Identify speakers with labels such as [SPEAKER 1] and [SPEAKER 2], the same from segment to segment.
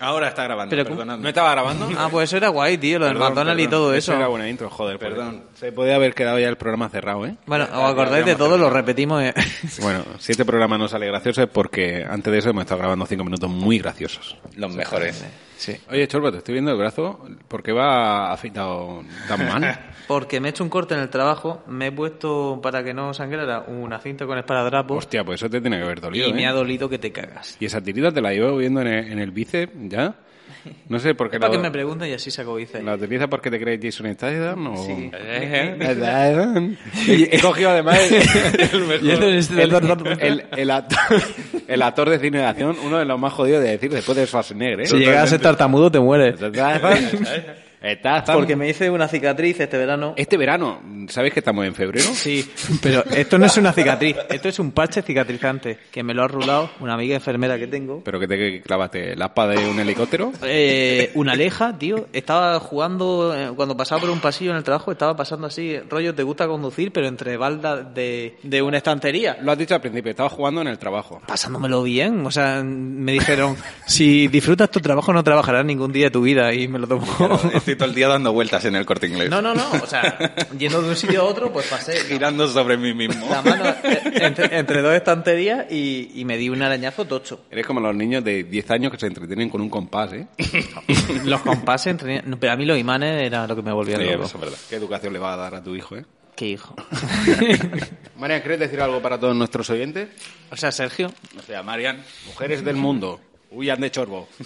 [SPEAKER 1] Ahora está grabando,
[SPEAKER 2] Pero,
[SPEAKER 1] perdonadme.
[SPEAKER 3] ¿No estaba grabando?
[SPEAKER 2] Ah, pues eso era guay, tío, lo del
[SPEAKER 1] Perdón,
[SPEAKER 2] McDonald's y
[SPEAKER 1] perdón.
[SPEAKER 2] todo eso.
[SPEAKER 1] Era buena intro, joder,
[SPEAKER 3] Perdón.
[SPEAKER 1] perdón. Se podía haber quedado ya el programa cerrado, ¿eh?
[SPEAKER 2] Bueno, os acordáis de todo, lo repetimos. eh.
[SPEAKER 1] Bueno, si este programa no sale gracioso es porque antes de eso hemos estado grabando cinco minutos muy graciosos.
[SPEAKER 3] Los mejores.
[SPEAKER 2] Sí.
[SPEAKER 1] Oye, Chorba, te estoy viendo el brazo. ¿Por qué va afeitado tan mal?
[SPEAKER 2] Porque me he hecho un corte en el trabajo, me he puesto, para que no sangrara, una cinta con esparadrapo
[SPEAKER 1] Hostia, pues eso te tiene que haber dolido,
[SPEAKER 2] y me
[SPEAKER 1] ¿eh?
[SPEAKER 2] ha dolido que te cagas.
[SPEAKER 1] Y esa tirita te la llevo viendo en el, en el bíceps, ¿ya? No sé por qué
[SPEAKER 2] Para
[SPEAKER 1] la,
[SPEAKER 2] que me pregunten y así saco bice.
[SPEAKER 1] la utilizas porque te crees Jason Statham o...
[SPEAKER 2] Sí. Eh,
[SPEAKER 1] Statham.
[SPEAKER 3] He cogido además el, el
[SPEAKER 2] Y esto es-
[SPEAKER 1] El, el- el actor, el actor de cine de acción, uno de los más jodidos de decir después de Schwarzenegger, ¿eh?
[SPEAKER 2] Si llegas a ser tartamudo te mueres.
[SPEAKER 1] Statham. Statham.
[SPEAKER 2] Porque me hice una cicatriz este verano.
[SPEAKER 1] Este verano, ¿sabéis que estamos en febrero?
[SPEAKER 2] Sí, pero esto no es una cicatriz, esto es un parche cicatrizante que me lo ha rulado una amiga enfermera que tengo.
[SPEAKER 1] ¿Pero que te clavaste la espada de un helicóptero?
[SPEAKER 2] Eh, una aleja, tío. Estaba jugando, eh, cuando pasaba por un pasillo en el trabajo, estaba pasando así, rollo, te gusta conducir, pero entre baldas de, de una estantería.
[SPEAKER 1] Lo has dicho al principio, estaba jugando en el trabajo.
[SPEAKER 2] Pasándomelo bien, o sea, me dijeron, si disfrutas tu trabajo no trabajarás ningún día de tu vida y me lo tomo.
[SPEAKER 1] eh.
[SPEAKER 3] Estoy todo el día dando vueltas en el corte inglés.
[SPEAKER 2] No, no, no, o sea, yendo de un sitio a otro, pues pasé
[SPEAKER 3] Girando sobre mí mismo.
[SPEAKER 2] la mano eh, entre, entre dos estanterías y, y me di un arañazo tocho.
[SPEAKER 1] Eres como los niños de 10 años que se entretienen con un compás, ¿eh?
[SPEAKER 2] Los compases, entre- no, pero a mí los imanes era lo que me volvía
[SPEAKER 1] Sí,
[SPEAKER 2] loco.
[SPEAKER 1] eso es verdad. ¿Qué educación le va a dar a tu hijo, eh?
[SPEAKER 2] Qué hijo.
[SPEAKER 1] Marian, ¿quieres decir algo para todos nuestros oyentes?
[SPEAKER 2] O sea, Sergio,
[SPEAKER 3] O sea, Marian.
[SPEAKER 1] Mujeres del mundo, huyan de chorbo.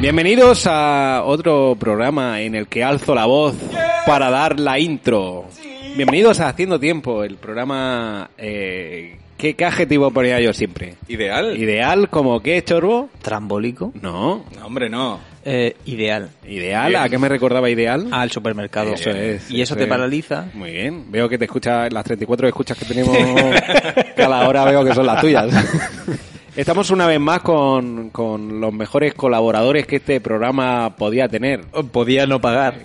[SPEAKER 1] Bienvenidos a otro programa en el que alzo la voz para dar la intro. Bienvenidos a Haciendo Tiempo, el programa... Eh, ¿Qué adjetivo ponía yo siempre?
[SPEAKER 3] Ideal.
[SPEAKER 1] ¿Ideal como qué, chorbo?
[SPEAKER 2] trambólico.
[SPEAKER 1] No.
[SPEAKER 3] No, hombre, no.
[SPEAKER 2] Eh, ideal
[SPEAKER 1] ¿Ideal? ¿A qué me recordaba ideal?
[SPEAKER 2] al supermercado.
[SPEAKER 1] Eso es,
[SPEAKER 2] Eh, Y eso
[SPEAKER 1] eso
[SPEAKER 2] te
[SPEAKER 1] es.
[SPEAKER 2] paraliza.
[SPEAKER 1] Muy bien. Veo que te escuchas, las 34 escuchas que tenemos cada hora veo que son las tuyas. Estamos una vez más con, con los mejores colaboradores que este programa podía tener.
[SPEAKER 2] Podía no pagar.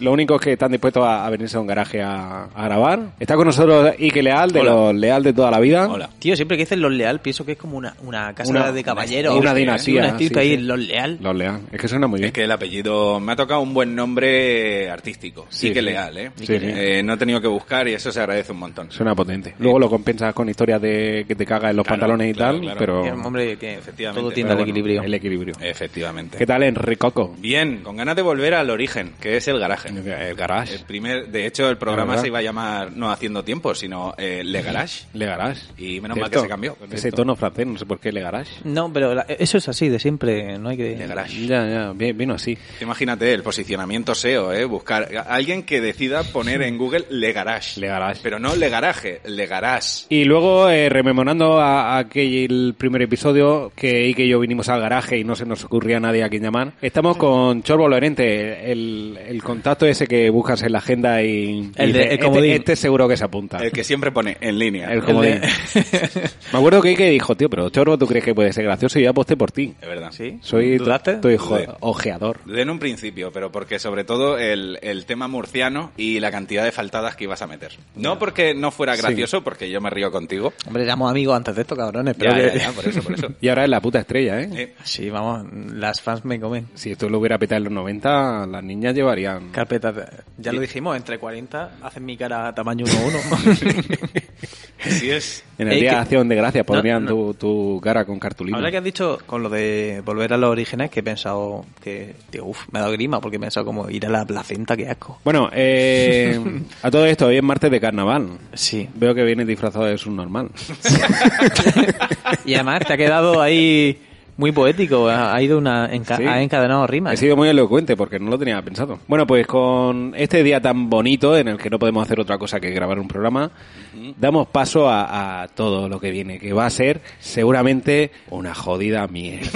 [SPEAKER 1] Lo único es que están dispuestos a, a venirse a un garaje a, a grabar. Está con nosotros Ike Leal, de
[SPEAKER 3] Hola.
[SPEAKER 1] los Leal de toda la vida.
[SPEAKER 3] Hola.
[SPEAKER 2] Tío, siempre que dicen los leal, pienso que es como una, una casa
[SPEAKER 1] Una-
[SPEAKER 2] de caballeros.
[SPEAKER 1] una dinastía,
[SPEAKER 2] Una estirpe
[SPEAKER 1] sí,
[SPEAKER 2] ahí,
[SPEAKER 1] sí.
[SPEAKER 2] los leal.
[SPEAKER 1] Los Leal. Es que suena muy bien.
[SPEAKER 3] Es que el apellido me ha tocado un buen nombre artístico.
[SPEAKER 1] Sí,
[SPEAKER 3] Sí, que
[SPEAKER 1] sí.
[SPEAKER 3] leal, ¿eh?
[SPEAKER 1] Sí, sí.
[SPEAKER 3] Eh, No he tenido que buscar y eso se agradece un montón.
[SPEAKER 1] Suena potente. Luego lo compensas con historias de que te cagas en los
[SPEAKER 3] Claro,
[SPEAKER 1] pantalones y
[SPEAKER 3] claro,
[SPEAKER 1] tal,
[SPEAKER 3] claro. Este.
[SPEAKER 1] pero...
[SPEAKER 2] Que es un hombre que
[SPEAKER 3] Efectivamente,
[SPEAKER 2] todo
[SPEAKER 3] pero
[SPEAKER 2] tiende al
[SPEAKER 3] bueno,
[SPEAKER 2] equilibrio.
[SPEAKER 1] El equilibrio.
[SPEAKER 3] Efectivamente.
[SPEAKER 1] ¿Qué tal, Enricoco?
[SPEAKER 3] Bien, con ganas de volver al origen, que es el garaje.
[SPEAKER 1] El garage.
[SPEAKER 3] El primer, de hecho, el programa
[SPEAKER 1] verdad.
[SPEAKER 3] se iba a llamar no haciendo tiempo, sino eh, Le Garage.
[SPEAKER 1] Le Garage.
[SPEAKER 3] Y menos mal que se cambió.
[SPEAKER 1] Ese tono francés, no sé por qué Le Garage.
[SPEAKER 2] No, pero la- eso es así de siempre, no hay que...
[SPEAKER 3] Le Garage.
[SPEAKER 1] Ya, ya, vi- vino así.
[SPEAKER 3] Imagínate el posicionamiento SEO, ¿eh? buscar a alguien que decida poner en Google Le Garage.
[SPEAKER 1] Le Garage.
[SPEAKER 3] Pero no Le Garage, Le Garage.
[SPEAKER 1] Y luego, eh, rememorando a, a aquel primer episodio que Ike y yo vinimos al garaje y no se nos ocurría a nadie a quien llamar, estamos con Chorbo Lorente, el, el contacto ese que buscas en la agenda y,
[SPEAKER 2] El
[SPEAKER 1] y
[SPEAKER 2] de-
[SPEAKER 1] dices,
[SPEAKER 2] el comodín.
[SPEAKER 1] este, este seguro que se apunta.
[SPEAKER 3] El que siempre pone en línea.
[SPEAKER 1] El comodín. Me acuerdo que Ike dijo, tío, pero Chorbo, ¿tú crees que puede ser gracioso? Y yo aposté por ti.
[SPEAKER 3] Es verdad.
[SPEAKER 2] ¿Sí?
[SPEAKER 1] Soy,
[SPEAKER 2] ¿Dudaste?
[SPEAKER 1] estoy jo-
[SPEAKER 3] Dudé.
[SPEAKER 1] ojeador.
[SPEAKER 3] Dudé en un principio, pero porque sobre todo el, el tema murciano y la cantidad de faltadas que ibas a meter. No porque no fuera
[SPEAKER 1] Sí.
[SPEAKER 3] gracioso, porque yo me río contigo.
[SPEAKER 2] Hombre, éramos amigos antes de esto, cabrones. Pero
[SPEAKER 3] Ya,
[SPEAKER 2] que-
[SPEAKER 3] ya, ya, por eso, por eso.
[SPEAKER 1] Y ahora es la puta estrella, ¿eh?
[SPEAKER 3] Eh,
[SPEAKER 2] Sí, vamos, las fans me comen.
[SPEAKER 1] Si esto lo hubiera petado en los 90, las niñas llevarían...
[SPEAKER 2] Carpetas, de- ya lo dijimos, entre 40 hacen mi cara tamaño 1-1.
[SPEAKER 3] así es.
[SPEAKER 1] En el
[SPEAKER 2] Eh,
[SPEAKER 1] día
[SPEAKER 2] que-
[SPEAKER 1] de acción de gracias
[SPEAKER 2] No,
[SPEAKER 1] pondrían
[SPEAKER 2] no.
[SPEAKER 1] Tu, tu cara con cartulina.
[SPEAKER 2] Ahora que has dicho con lo de volver a los orígenes, que he pensado que, tío, uf, me ha dado grima porque he pensado como ir a la placenta, qué asco.
[SPEAKER 1] Bueno, eh, a todo esto, hoy es martes de carnaval.
[SPEAKER 2] Sí.
[SPEAKER 1] Veo que vienes disfrazado de subnormal.
[SPEAKER 2] Y además te ha quedado ahí muy poético, ha ha ido una, enca-
[SPEAKER 1] Sí.
[SPEAKER 2] ha encadenado rimas.
[SPEAKER 1] He sido muy elocuente porque no lo tenía pensado. Bueno, pues con este día tan bonito en el que no podemos hacer otra cosa que grabar un programa, damos paso a, a todo lo que viene, que va a ser seguramente una jodida mierda.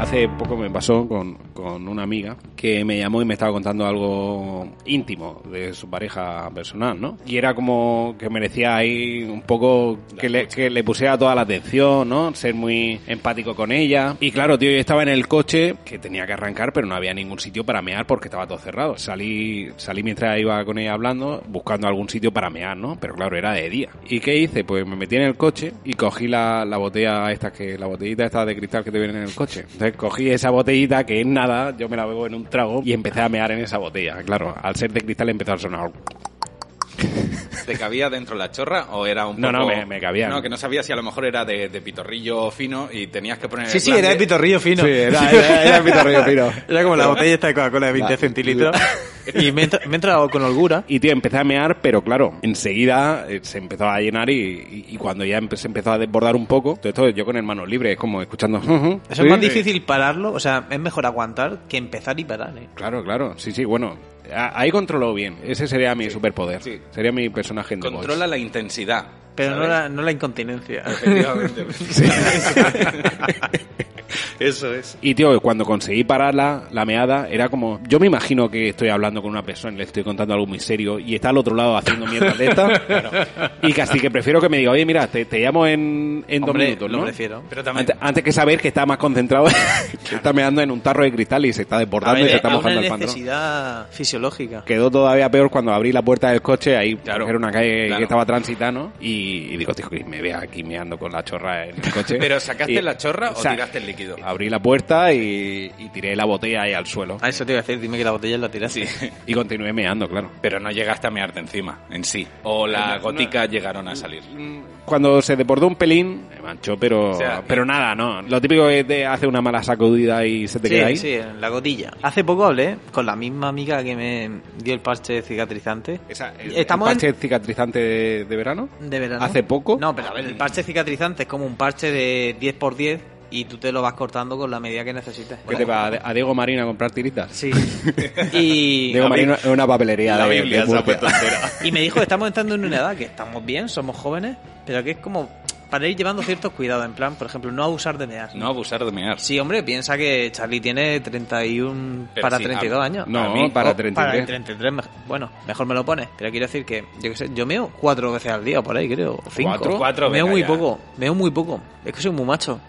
[SPEAKER 1] hace poco me pasó con, con una amiga que me llamó y me estaba contando algo íntimo de su pareja personal, ¿no? Y era como que merecía ahí un poco que le, que le pusiera toda la atención, ¿no? Ser muy empático con ella. Y claro, tío, yo estaba en el coche que tenía que arrancar, pero no había ningún sitio para mear porque estaba todo cerrado. Salí, salí mientras iba con ella hablando, buscando algún sitio para mear, ¿no? Pero claro, era de día. ¿Y qué hice? Pues me metí en el coche y cogí la, la botella esta que, la botellita esta de cristal que te viene en el coche. Entonces cogí esa botellita que es nada, yo me la bebo en un trago y empecé a mear en esa botella. Claro, al ser de cristal empezó a sonar.
[SPEAKER 3] ¿Te cabía dentro la chorra o era un
[SPEAKER 1] No,
[SPEAKER 3] poco...?
[SPEAKER 1] no, me- me cabía.
[SPEAKER 3] No, que no sabía si a lo mejor era de, de pitorrillo fino y tenías que poner...
[SPEAKER 2] Sí,
[SPEAKER 3] el
[SPEAKER 2] sí,
[SPEAKER 3] plan
[SPEAKER 2] era
[SPEAKER 3] de-
[SPEAKER 2] el pitorrillo fino.
[SPEAKER 1] era, el pitorrillo
[SPEAKER 2] Era como la botella esta de Coca-Cola de 20 centilitros.
[SPEAKER 4] Y me he entra- me he entrado con holgura.
[SPEAKER 1] Y tío, empecé a mear, pero claro, enseguida eh, se empezó a llenar y, y- y cuando ya empe- se empezó a desbordar un poco, todo esto yo con el mano libre, es como escuchando.
[SPEAKER 2] Eso
[SPEAKER 1] Sí,
[SPEAKER 2] es más
[SPEAKER 1] sí.
[SPEAKER 2] difícil pararlo, o sea, es mejor aguantar que empezar y parar, ¿eh?
[SPEAKER 1] Claro, claro, sí, sí, bueno, a- ahí controló bien, ese sería mi superpoder,
[SPEAKER 3] sí.
[SPEAKER 1] sería mi personaje en The Boys.
[SPEAKER 3] Controla la intensidad.
[SPEAKER 4] Pero no
[SPEAKER 3] ¿sabes?
[SPEAKER 4] la, no la incontinencia.
[SPEAKER 3] Efectivamente. Eso es.
[SPEAKER 1] Y tío, cuando conseguí parar la, la meada, era como. Yo me imagino que estoy hablando con una persona y le estoy contando algo muy serio y está al otro lado haciendo mierda de esta. Y casi que prefiero que me diga, oye, mira, te, te llamo en, en dos
[SPEAKER 2] Hombre,
[SPEAKER 1] minutos,
[SPEAKER 2] lo
[SPEAKER 1] ¿no?
[SPEAKER 2] prefiero.
[SPEAKER 3] Pero también...
[SPEAKER 1] Antes, antes que saber que está más concentrado, que está meando en un tarro de cristal y se está
[SPEAKER 2] A
[SPEAKER 1] desbordando
[SPEAKER 2] ver,
[SPEAKER 1] y se está
[SPEAKER 2] es una
[SPEAKER 1] mojando el pantalón.
[SPEAKER 2] necesidad fisiológica.
[SPEAKER 1] Quedó todavía peor cuando abrí la puerta del coche, ahí
[SPEAKER 3] Claro,
[SPEAKER 1] era una calle
[SPEAKER 3] claro.
[SPEAKER 1] que estaba transitando y, y digo, tío, que me vea aquí meando con la chorra en el coche.
[SPEAKER 3] ¿Pero sacaste
[SPEAKER 1] Y-
[SPEAKER 3] la chorra o
[SPEAKER 1] sa-
[SPEAKER 3] tiraste el líquido? Ah,
[SPEAKER 1] Abrí la puerta y, y tiré la botella ahí al suelo.
[SPEAKER 3] Ah.
[SPEAKER 2] A eso te iba a decir, dime que la botella la tiraste.
[SPEAKER 1] Y continué meando, claro.
[SPEAKER 3] Pero no llegaste a mearte encima, en sí. O la gótica llegaron a salir.
[SPEAKER 1] Cuando se desbordó un pelín, me manchó, pero,
[SPEAKER 3] O sea,
[SPEAKER 1] pero nada, no. Lo típico es de hace una mala sacudida y se te
[SPEAKER 2] Sí,
[SPEAKER 1] queda ahí.
[SPEAKER 2] sí, en la gotilla. Hace poco hablé con la misma amiga que me dio el parche cicatrizante.
[SPEAKER 1] Esa- el,
[SPEAKER 2] Estamos
[SPEAKER 1] el parche cicatrizante de, de verano.
[SPEAKER 2] De verano.
[SPEAKER 1] ¿Hace poco?
[SPEAKER 2] No, pero a ver, el parche cicatrizante es como un parche de 10x10 y tú te lo vas cortando con la medida que necesites.
[SPEAKER 1] ¿Qué te va a, a Diego Marín a comprar tiritas?
[SPEAKER 2] Sí. Y,
[SPEAKER 1] Diego Marín es una papelería
[SPEAKER 3] La
[SPEAKER 1] de,
[SPEAKER 3] Biblia
[SPEAKER 1] de
[SPEAKER 3] se ha
[SPEAKER 1] Murcia.
[SPEAKER 3] puesto entera.
[SPEAKER 2] y me dijo que estamos entrando en una edad que estamos bien, somos jóvenes, pero que es como para ir llevando ciertos cuidados. En plan, por ejemplo, no abusar de mear.
[SPEAKER 3] No abusar de mear.
[SPEAKER 2] Sí, hombre, piensa que Charlie tiene 31
[SPEAKER 3] Pero
[SPEAKER 2] para
[SPEAKER 3] sí,
[SPEAKER 2] 32
[SPEAKER 3] a-
[SPEAKER 2] años.
[SPEAKER 1] no,
[SPEAKER 2] A mí-
[SPEAKER 1] para
[SPEAKER 2] oh,
[SPEAKER 1] 33.
[SPEAKER 2] 33, me- bueno, mejor me lo pones. Pero quiero decir que, yo qué sé, yo meo cuatro veces al día por ahí, creo. o Cinco.
[SPEAKER 3] ¿Cuatro? Cuatro,
[SPEAKER 2] Meo
[SPEAKER 3] venga,
[SPEAKER 2] muy
[SPEAKER 3] ya.
[SPEAKER 2] poco, meo muy poco. Es que soy muy macho.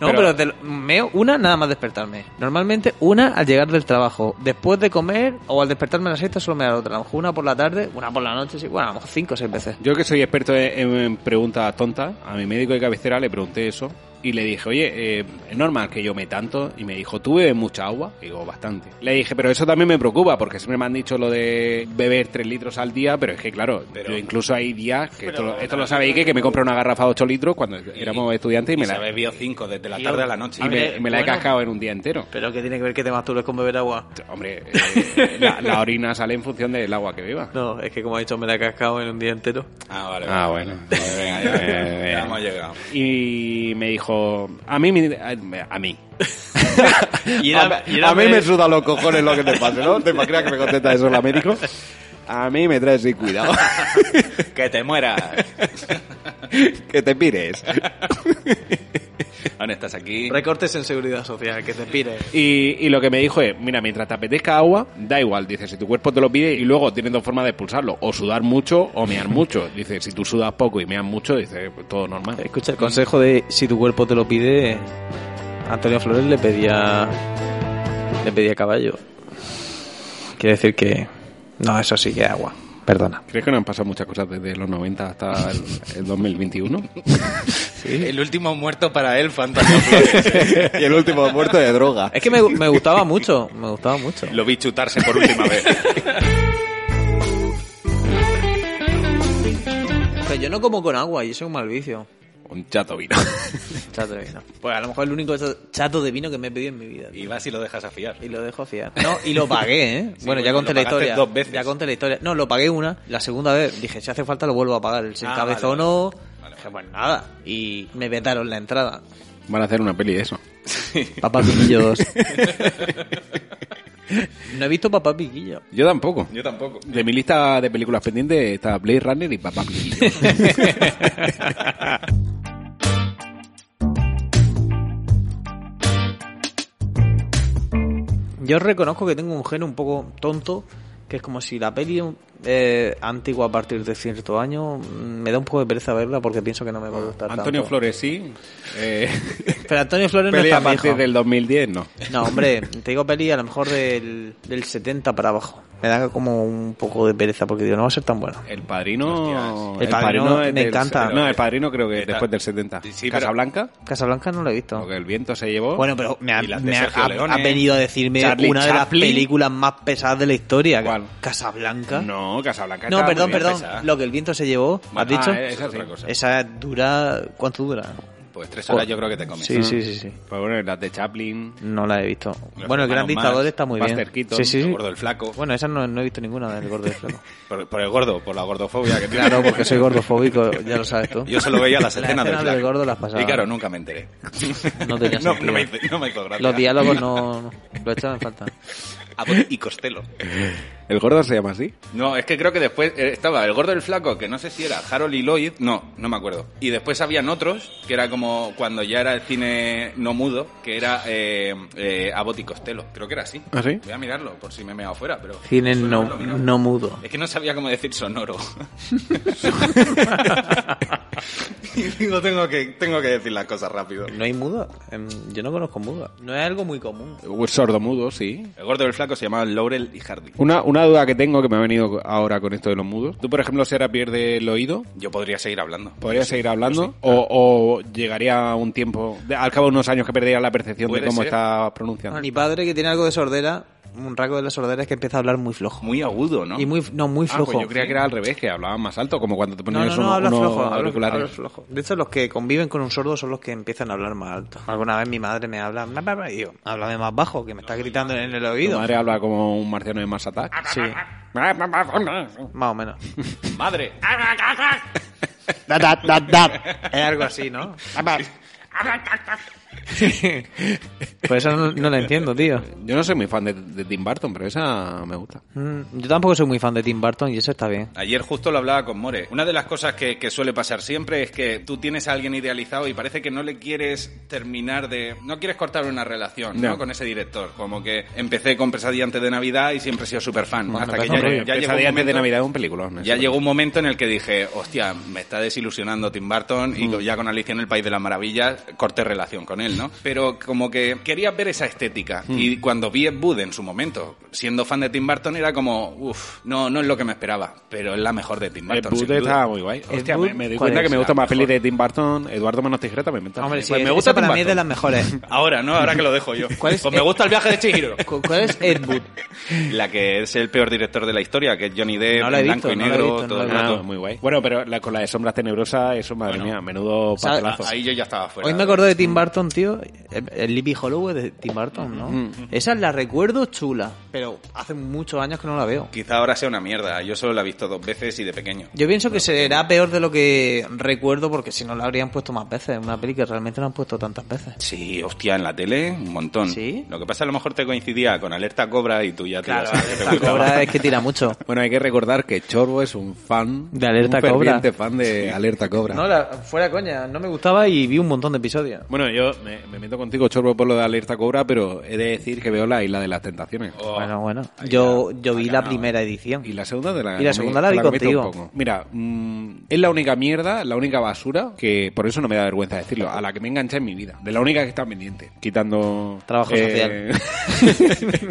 [SPEAKER 2] no,
[SPEAKER 1] Pero-
[SPEAKER 2] pero, te lo- meo una nada más despertarme. Normalmente una al llegar del trabajo. Después de comer o al despertarme a las siesta solo me da otra. A lo mejor una por la tarde, una por la noche, sí. Bueno, a lo mejor cinco o seis veces.
[SPEAKER 1] Yo que soy experto en, en preguntas tontas, a mi médico de cabecera le pregunté eso y le dije, oye, eh, ¿es normal que yo me tanto? Y me dijo, ¿tú bebes mucha agua? Y digo, bastante. Le dije, pero eso también me preocupa porque siempre me han dicho lo de beber 3 litros al día, pero es que claro,
[SPEAKER 3] Pero-
[SPEAKER 1] yo incluso hay días, que esto, lo- esto lo sabéis, que, que me compré una garrafa de 8 litros cuando éramos estudiantes y
[SPEAKER 3] Y
[SPEAKER 1] me
[SPEAKER 3] se
[SPEAKER 1] la,
[SPEAKER 3] bebió cinco desde la tarde a la noche.
[SPEAKER 1] y me, me la he
[SPEAKER 2] Bueno.
[SPEAKER 1] cascado en un día entero.
[SPEAKER 2] Pero que tiene que ver que te masturbes con beber agua.
[SPEAKER 1] Hombre, eh, la, la orina sale en función del agua que beba.
[SPEAKER 2] No, es que como ha dicho, me la he cascado en un día entero.
[SPEAKER 3] Ah, vale.
[SPEAKER 1] Ah,
[SPEAKER 3] vale.
[SPEAKER 1] bueno.
[SPEAKER 3] Vale, venga, ya,
[SPEAKER 1] Eh,
[SPEAKER 3] ya
[SPEAKER 1] bien.
[SPEAKER 3] hemos llegado.
[SPEAKER 1] Y me dijo, a mí, me- a, a mí.
[SPEAKER 2] Y era-
[SPEAKER 1] a,
[SPEAKER 2] y era
[SPEAKER 1] a mí
[SPEAKER 2] ver-
[SPEAKER 1] me sudan los cojones lo que te pase, ¿no? ¿Te imaginas que me contesta eso la médico? A mí me traes sin cuidado.
[SPEAKER 3] Que te mueras.
[SPEAKER 1] que te pires.
[SPEAKER 3] Ahora estás aquí.
[SPEAKER 2] Recortes en seguridad social, que te pire.
[SPEAKER 1] Y, y lo que me dijo es, mira, mientras te apetezca agua, da igual, dice, si tu cuerpo te lo pide y luego tienes dos formas de expulsarlo, o sudar mucho o mear mucho. Dice, si tú sudas poco y meas mucho, dice, pues todo normal.
[SPEAKER 2] Escucha, el consejo de si tu cuerpo te lo pide, Antonio Flores le pedía le pedía caballo. Quiere decir que no, eso sí que es agua. Perdona.
[SPEAKER 1] ¿Crees que no han pasado muchas cosas desde los 90 hasta el, el 2021?
[SPEAKER 3] El último muerto para él, Fantasma Flores.
[SPEAKER 1] y el último muerto de droga.
[SPEAKER 2] Es que me, me gustaba mucho, me gustaba mucho.
[SPEAKER 3] Lo vi chutarse por última vez.
[SPEAKER 2] Pero yo no como con agua y eso es un mal vicio.
[SPEAKER 1] Un chato vino.
[SPEAKER 2] Chato de vino. Pues a lo mejor es el único chato de vino que me he pedido en mi vida.
[SPEAKER 3] Y vas y lo dejas a fiar.
[SPEAKER 2] Y lo dejo fiar. No, y lo pagué, ¿eh?
[SPEAKER 3] Sí,
[SPEAKER 2] bueno, ya
[SPEAKER 3] bueno,
[SPEAKER 2] conté
[SPEAKER 3] lo
[SPEAKER 2] la
[SPEAKER 3] pagaste
[SPEAKER 2] historia.
[SPEAKER 3] dos veces.
[SPEAKER 2] Ya conté la historia. No, lo pagué una. La segunda vez dije, si hace falta lo vuelvo a pagar. El sin
[SPEAKER 3] Ah,
[SPEAKER 2] cabezón
[SPEAKER 3] vale,
[SPEAKER 2] no.
[SPEAKER 3] vale.
[SPEAKER 2] Dije, pues nada. Y me vetaron la entrada.
[SPEAKER 1] Van a hacer una peli de eso.
[SPEAKER 2] Papapiquillos. no he visto papapiquillos.
[SPEAKER 1] Yo tampoco.
[SPEAKER 3] Yo tampoco.
[SPEAKER 1] De mi lista de películas pendientes está Blade Runner y Papá Piquillo.
[SPEAKER 2] Yo reconozco que tengo un genio un poco tonto, que es como si la peli eh, antigua a partir de cierto año mm, me da un poco de pereza verla porque pienso que no me va a gustar
[SPEAKER 1] Antonio
[SPEAKER 2] tanto.
[SPEAKER 1] Flores, sí. Eh,
[SPEAKER 2] Pero Antonio Flores no
[SPEAKER 1] peli
[SPEAKER 2] está
[SPEAKER 1] a partir
[SPEAKER 2] viejo.
[SPEAKER 1] del 2010, no.
[SPEAKER 2] No, hombre, te digo peli a lo mejor del, del 70 para abajo. Me da como un poco de pereza porque digo, no va a ser tan bueno.
[SPEAKER 1] El padrino.
[SPEAKER 2] El Padrino
[SPEAKER 1] es
[SPEAKER 2] me
[SPEAKER 1] del-
[SPEAKER 2] encanta.
[SPEAKER 1] No, el padrino creo que
[SPEAKER 3] Está-
[SPEAKER 1] después del 70.
[SPEAKER 3] Sí, pero-
[SPEAKER 1] Casablanca,
[SPEAKER 2] Casablanca no la he visto.
[SPEAKER 1] porque el viento se llevó.
[SPEAKER 2] Bueno, pero me ha,
[SPEAKER 3] Y las de
[SPEAKER 2] me ha-
[SPEAKER 3] Sergio
[SPEAKER 2] ha-
[SPEAKER 3] Leone.
[SPEAKER 2] ha venido a decirme
[SPEAKER 1] Charlie
[SPEAKER 2] una de las
[SPEAKER 1] Chaplin.
[SPEAKER 2] películas más pesadas de la historia.
[SPEAKER 1] ¿Cuál?
[SPEAKER 2] Casablanca.
[SPEAKER 1] no, Casablanca.
[SPEAKER 2] No,
[SPEAKER 1] estaba muy
[SPEAKER 2] perdón,
[SPEAKER 1] bien
[SPEAKER 2] perdón.
[SPEAKER 1] pensada.
[SPEAKER 2] Lo que el viento se llevó,
[SPEAKER 1] Ah,
[SPEAKER 2] ¿has dicho?
[SPEAKER 1] esa es otra cosa.
[SPEAKER 2] Esa dura... ¿Cuánto dura?
[SPEAKER 3] Pues tres horas yo creo que te comes.
[SPEAKER 5] Sí, sí, sí, sí.
[SPEAKER 1] Pues bueno, las de Chaplin.
[SPEAKER 2] No la he visto.
[SPEAKER 3] Los
[SPEAKER 2] bueno, el gran
[SPEAKER 3] hermanos
[SPEAKER 2] dictador
[SPEAKER 3] Marx,
[SPEAKER 2] está muy
[SPEAKER 1] Buster
[SPEAKER 2] bien.
[SPEAKER 1] Keaton,
[SPEAKER 5] Sí, sí,
[SPEAKER 3] El
[SPEAKER 5] sí.
[SPEAKER 3] gordo, el flaco.
[SPEAKER 2] Bueno, esa no, no he visto ninguna del gordo de Flaco.
[SPEAKER 3] Por, por el gordo, por la gordofobia que tiene.
[SPEAKER 5] Claro, porque soy gordofóbico, ya lo sabes tú.
[SPEAKER 3] Yo solo veía las
[SPEAKER 2] Las
[SPEAKER 3] escenas del
[SPEAKER 2] escenas del
[SPEAKER 3] flaco.
[SPEAKER 2] gordo las pasaba.
[SPEAKER 3] Y claro, nunca me enteré.
[SPEAKER 2] No tenía
[SPEAKER 3] no,
[SPEAKER 2] sentido.
[SPEAKER 3] me hizo, no me hizo gracia.
[SPEAKER 5] Los diálogos no, no- lo he echado en falta.
[SPEAKER 3] Abbott y Costello.
[SPEAKER 1] ¿El gordo se llama así?
[SPEAKER 3] No, es que creo que después eh, estaba el gordo del flaco, que no sé si era Harold y Lloyd, no, no me acuerdo. Y después habían otros, que era como cuando ya era el cine no mudo, que era eh, eh, Abbott y Costello. Creo que era así.
[SPEAKER 1] ¿Ah, sí?
[SPEAKER 3] Voy a mirarlo, por si me he meado fuera, pero...
[SPEAKER 5] Cine
[SPEAKER 3] Eso
[SPEAKER 5] no,
[SPEAKER 3] lo he mirado.
[SPEAKER 5] no mudo.
[SPEAKER 3] Es que no sabía cómo decir sonoro. Y digo, tengo que, tengo que decir las cosas rápido.
[SPEAKER 5] ¿No hay muda? Em, Yo no conozco muda.
[SPEAKER 2] No es algo muy común.
[SPEAKER 1] Uh, Sordo mudo, sí.
[SPEAKER 3] El gordo del flaco se llamaba Laurel y Hardy.
[SPEAKER 1] Una, una duda que tengo que me ha venido ahora con esto de los mudos. Tú, por ejemplo, Sera pierde el oído.
[SPEAKER 3] Yo podría seguir hablando.
[SPEAKER 1] ¿Podría seguir hablando? o, o llegaría un tiempo, de- al cabo de unos años, que perdería la percepción de
[SPEAKER 3] Puede
[SPEAKER 1] cómo
[SPEAKER 3] ser.
[SPEAKER 1] está pronunciando?
[SPEAKER 2] Mi padre, que tiene algo de sordera, un rasgo de la sordera es que empieza a hablar muy flojo.
[SPEAKER 3] Muy agudo, ¿no?
[SPEAKER 2] Y muy, no, muy
[SPEAKER 1] Ah,
[SPEAKER 2] flojo.
[SPEAKER 1] pues yo creía que era al revés, que hablaba más alto, como cuando te
[SPEAKER 2] No,
[SPEAKER 1] ponías
[SPEAKER 2] no,
[SPEAKER 1] uno-
[SPEAKER 2] no, hablas
[SPEAKER 1] unos
[SPEAKER 2] flojo, hablas-
[SPEAKER 1] auriculares.
[SPEAKER 2] hablas flojo. De hecho, los que conviven con un sordo son los que empiezan a hablar más alto. Alguna vez mi madre me habla, "Ma, ma, ma", y yo, háblame más bajo, que me está gritando en el
[SPEAKER 1] Tu
[SPEAKER 2] oído.
[SPEAKER 1] madre habla como un marciano de Mars Attack.
[SPEAKER 2] Sí, más o menos.
[SPEAKER 3] Madre.
[SPEAKER 2] Da, da, da, da. Es algo así, ¿no? Pues eso no, no la entiendo, tío.
[SPEAKER 1] Yo no soy muy fan de, de Tim Burton, pero esa me gusta.
[SPEAKER 2] Mm, Yo tampoco soy muy fan de Tim Burton y eso está bien.
[SPEAKER 3] Ayer justo lo hablaba con More. Una de las cosas que, que suele pasar siempre es que tú tienes a alguien idealizado y parece que no le quieres terminar de... No quieres cortar una relación ¿no?
[SPEAKER 1] No.
[SPEAKER 3] con ese director. Como que empecé con Pesadilla antes de Navidad y siempre he sido súper fan.
[SPEAKER 2] Bueno,
[SPEAKER 3] Hasta que
[SPEAKER 2] pero
[SPEAKER 3] ya,
[SPEAKER 2] hombre,
[SPEAKER 3] ya llegó un
[SPEAKER 1] pues, Pesadilla antes
[SPEAKER 3] momento-
[SPEAKER 1] de Navidad es un peliculón.
[SPEAKER 3] Ya llegó un momento en el que dije, hostia, me está desilusionando Tim Burton y ya con Alicia en el País de las Maravillas corté relación con él, ¿no? Pero como que quería ver esa estética y cuando vi Ed Wood en su momento, siendo fan de Tim Burton era como, uff, no, no es lo que me esperaba, pero es la mejor de Tim
[SPEAKER 1] El
[SPEAKER 3] Burton. sin
[SPEAKER 1] Bud
[SPEAKER 3] duda.
[SPEAKER 1] estaba muy guay.
[SPEAKER 2] El
[SPEAKER 1] Hostia,
[SPEAKER 2] Bud,
[SPEAKER 1] me, me di
[SPEAKER 2] ¿cuál
[SPEAKER 1] cuenta que
[SPEAKER 2] es?
[SPEAKER 1] me gusta
[SPEAKER 3] La
[SPEAKER 1] más peli
[SPEAKER 3] mejor.
[SPEAKER 1] de Tim Burton. Eduardo Manos Tijera también me encanta.
[SPEAKER 2] Hombre, sí,
[SPEAKER 3] Pues me
[SPEAKER 2] esa
[SPEAKER 3] gusta Tim
[SPEAKER 2] para mí es de
[SPEAKER 3] Burton.
[SPEAKER 2] las mejores.
[SPEAKER 3] Ahora, ¿no? Ahora que lo dejo yo.
[SPEAKER 2] ¿Cuál es?
[SPEAKER 3] Pues me gusta el viaje de Chihiro.
[SPEAKER 2] ¿Cu- ¿Cuál es Ed Wood?
[SPEAKER 3] La que es el peor director de la historia, que es Johnny Depp,
[SPEAKER 2] No la he
[SPEAKER 3] en blanco
[SPEAKER 2] visto,
[SPEAKER 3] y
[SPEAKER 2] no la he
[SPEAKER 3] negro,
[SPEAKER 2] visto, no
[SPEAKER 3] todo
[SPEAKER 2] la
[SPEAKER 3] el
[SPEAKER 2] he
[SPEAKER 1] Ah,
[SPEAKER 3] rato.
[SPEAKER 1] muy guay. Bueno, pero la- con la de Sombras Tenebrosas, eso, madre
[SPEAKER 3] Bueno.
[SPEAKER 1] mía, menudo
[SPEAKER 2] sea,
[SPEAKER 1] patelazo.
[SPEAKER 3] Ahí yo ya estaba fuera.
[SPEAKER 2] Hoy me acordé de Tim Burton, tío. El, el Sleepy Hollow es de Tim Burton, ¿no?
[SPEAKER 3] Mm.
[SPEAKER 2] Esa la recuerdo chula, pero hace muchos años que no la veo.
[SPEAKER 3] Quizá ahora sea una mierda. Yo solo la he visto dos veces y de pequeño.
[SPEAKER 2] Yo pienso que será peor de lo que recuerdo porque si no la habrían puesto más veces. Es una peli que realmente no han puesto tantas veces.
[SPEAKER 3] Sí, hostia, en la tele, un montón.
[SPEAKER 2] ¿Sí?
[SPEAKER 3] Lo que pasa a lo mejor te coincidía con Alerta Cobra y tú ya te ibas a- te
[SPEAKER 2] La
[SPEAKER 3] gustaba.
[SPEAKER 2] cobra es que tira mucho.
[SPEAKER 1] Bueno, hay que recordar que Chorbo es un fan.
[SPEAKER 5] De Alerta
[SPEAKER 1] un
[SPEAKER 5] Cobra.
[SPEAKER 1] ferviente fan de Alerta Cobra.
[SPEAKER 2] No, la- fuera coña, no me gustaba y vi un montón de episodios.
[SPEAKER 1] Bueno, yo me, me meto contigo, Chorbo, por lo de Alerta Cobra, pero he de decir que veo la Isla de las Tentaciones.
[SPEAKER 3] Oh,
[SPEAKER 2] bueno, bueno.
[SPEAKER 3] ahí
[SPEAKER 2] Yo,
[SPEAKER 3] ya,
[SPEAKER 2] yo vi
[SPEAKER 3] ahí
[SPEAKER 2] la
[SPEAKER 3] ganaba.
[SPEAKER 2] primera edición.
[SPEAKER 1] Y la segunda de la
[SPEAKER 2] Y la segunda la vi
[SPEAKER 1] comento un
[SPEAKER 2] contigo.
[SPEAKER 1] poco. Mira, mm, es la única mierda, la única basura, que por eso no me da vergüenza decirlo, a la que me enganché en mi vida. De la única que está pendiente. Quitando... eh,
[SPEAKER 2] Trabajo
[SPEAKER 1] social.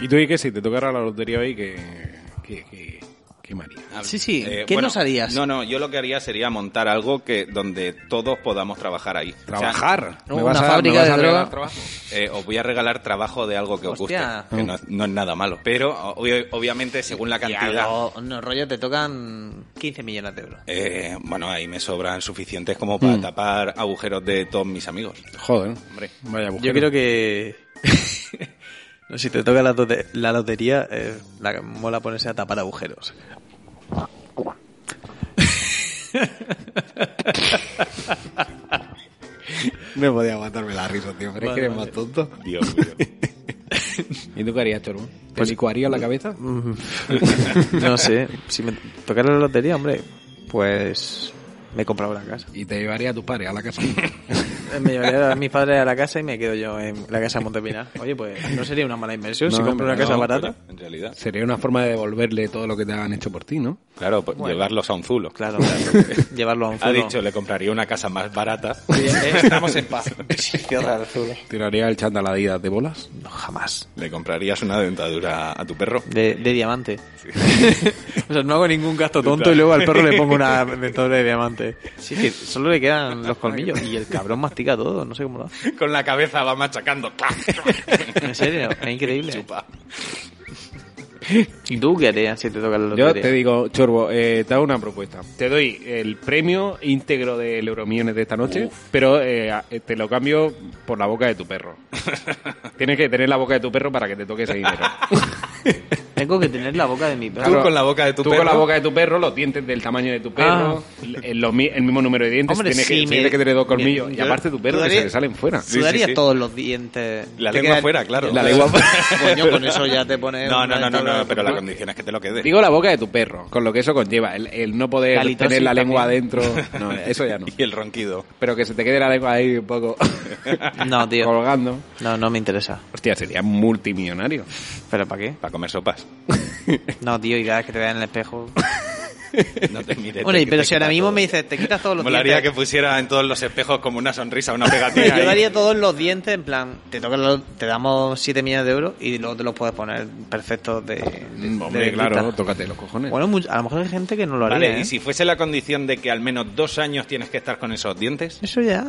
[SPEAKER 1] y tú di que si te tocara la lotería hoy, que... que, que, que María.
[SPEAKER 3] A ver,
[SPEAKER 2] Sí, sí. ¿Qué nos harías?
[SPEAKER 3] Eh, No, no, yo lo que haría sería montar algo que donde todos podamos trabajar ahí. O sea,
[SPEAKER 1] Trabajar.
[SPEAKER 2] no, una fábrica de
[SPEAKER 1] regalar
[SPEAKER 2] droga.
[SPEAKER 1] trabajo?
[SPEAKER 3] eh, os voy a regalar trabajo de algo que
[SPEAKER 2] Hostia.
[SPEAKER 3] os guste, que no, no es nada malo. Pero o- ob- obviamente según la cantidad...
[SPEAKER 2] Diablo, no, rollo, te tocan 15 millones de euros.
[SPEAKER 3] eh, bueno, ahí me sobran suficientes como para tapar agujeros de todos mis amigos.
[SPEAKER 1] Joder, hombre. Vaya agujero.
[SPEAKER 5] Yo creo que. no, si te toca la, lote- la lotería, eh, la mola ponerse a tapar agujeros.
[SPEAKER 1] No podía aguantarme la risa, tío. Pero es que eres más tonto.
[SPEAKER 3] Dios mío.
[SPEAKER 1] ¿Y tú qué harías, Chorbo? ¿Te licuarías la cabeza?
[SPEAKER 5] no sé. Si me tocara la lotería, hombre, pues.
[SPEAKER 2] me he comprado la casa.
[SPEAKER 6] Y te llevaría a tus padres a la casa.
[SPEAKER 2] Eh, Me llevaría a mis padres a la casa y me quedo yo en la casa de Montepinar. Oye, pues no sería una mala inversión si
[SPEAKER 6] No,
[SPEAKER 2] compro una
[SPEAKER 6] pero
[SPEAKER 2] casa
[SPEAKER 6] no,
[SPEAKER 2] barata.
[SPEAKER 3] Coño, En realidad.
[SPEAKER 6] Sería una forma de devolverle todo lo que te han hecho por ti, ¿no?
[SPEAKER 3] Claro, pues, llevarlos a un zulo.
[SPEAKER 2] Claro, claro. Llevarlo a un
[SPEAKER 3] Ha
[SPEAKER 2] fondo.
[SPEAKER 3] dicho, le compraría una casa más barata.
[SPEAKER 2] Estamos en paz.
[SPEAKER 6] Tiraría el chándal Adidas de bolas.
[SPEAKER 2] No, jamás.
[SPEAKER 3] Le comprarías una dentadura a tu perro.
[SPEAKER 2] De, de diamante. o sea, no hago ningún gasto tonto y luego al perro le pongo una dentadura de diamante. Sí, es que solo le quedan los colmillos y el cabrón mastica todo, no sé cómo lo hace.
[SPEAKER 3] Con la cabeza va machacando.
[SPEAKER 2] En serio, es increíble. ¿Y tú qué harías si te toca la
[SPEAKER 1] Yo
[SPEAKER 2] lotería?
[SPEAKER 1] te digo, Chorbo, eh, te hago una propuesta. Te doy el premio íntegro del Euromillones de esta noche, pero eh, a- eh, te lo cambio por la boca de tu perro. Tienes que tener la boca de tu perro para que te toque ese dinero.
[SPEAKER 2] Tengo que tener la boca de mi perro.
[SPEAKER 3] Claro. con la boca de tu
[SPEAKER 1] Tú
[SPEAKER 3] perro.
[SPEAKER 1] con la boca de tu perro, Ah. los dientes del tamaño de tu perro, el, los mi- el mismo número de dientes,
[SPEAKER 2] Hombre,
[SPEAKER 1] tienes
[SPEAKER 2] sí,
[SPEAKER 1] que, tienes
[SPEAKER 2] me-
[SPEAKER 1] que tener dos
[SPEAKER 2] me-
[SPEAKER 1] colmillos. y
[SPEAKER 2] yo-
[SPEAKER 1] aparte tu perro que
[SPEAKER 2] todavía-
[SPEAKER 1] se le salen fuera.
[SPEAKER 3] Sí, sí,
[SPEAKER 2] Sudarías
[SPEAKER 3] sí.
[SPEAKER 2] todos los dientes.
[SPEAKER 3] La
[SPEAKER 2] Te
[SPEAKER 3] lengua
[SPEAKER 2] queda-
[SPEAKER 3] fuera, claro.
[SPEAKER 1] La lengua
[SPEAKER 2] Coño, con eso ya te pones.
[SPEAKER 3] No,
[SPEAKER 2] una
[SPEAKER 3] no, no, no,
[SPEAKER 2] dentadura
[SPEAKER 3] no,
[SPEAKER 2] de
[SPEAKER 3] pero
[SPEAKER 2] puta.
[SPEAKER 3] la condición es que te lo quedes.
[SPEAKER 1] Digo la boca de tu perro, con lo que eso conlleva, el, el no poder
[SPEAKER 2] Halitosis
[SPEAKER 1] tener la lengua
[SPEAKER 2] también.
[SPEAKER 1] adentro. No, eso ya no.
[SPEAKER 3] Y el ronquido.
[SPEAKER 1] Pero que se te quede la lengua ahí un poco
[SPEAKER 2] No, tío.
[SPEAKER 1] colgando.
[SPEAKER 2] No, no me interesa.
[SPEAKER 1] Hostia, sería multimillonario.
[SPEAKER 2] ¿Pero para qué?
[SPEAKER 3] Para comer sopas.
[SPEAKER 2] No, tío, y cada vez que te veas en el espejo.
[SPEAKER 3] No te mires.
[SPEAKER 2] Bueno,
[SPEAKER 3] te-
[SPEAKER 2] y pero
[SPEAKER 3] te
[SPEAKER 2] si ahora
[SPEAKER 3] quita
[SPEAKER 2] mismo
[SPEAKER 3] todo.
[SPEAKER 2] me dices, te quitas todos los
[SPEAKER 3] Molaría que
[SPEAKER 2] dientes.
[SPEAKER 3] pusiera en todos los espejos como una sonrisa, una pegatina.
[SPEAKER 2] Yo
[SPEAKER 3] ahí.
[SPEAKER 2] daría todos los dientes, en plan, te tocan los- te damos 7 millones de euros y luego te los puedes poner perfectos de. de-
[SPEAKER 1] Mm, Hombre,
[SPEAKER 2] de
[SPEAKER 1] claro,
[SPEAKER 2] dentista.
[SPEAKER 1] tócate los cojones.
[SPEAKER 2] Bueno, mu- a lo mejor hay gente que no lo haría.
[SPEAKER 3] Vale,
[SPEAKER 2] ¿eh?
[SPEAKER 3] y si fuese la condición de que al menos dos años tienes que estar con esos dientes,
[SPEAKER 2] Eso ya.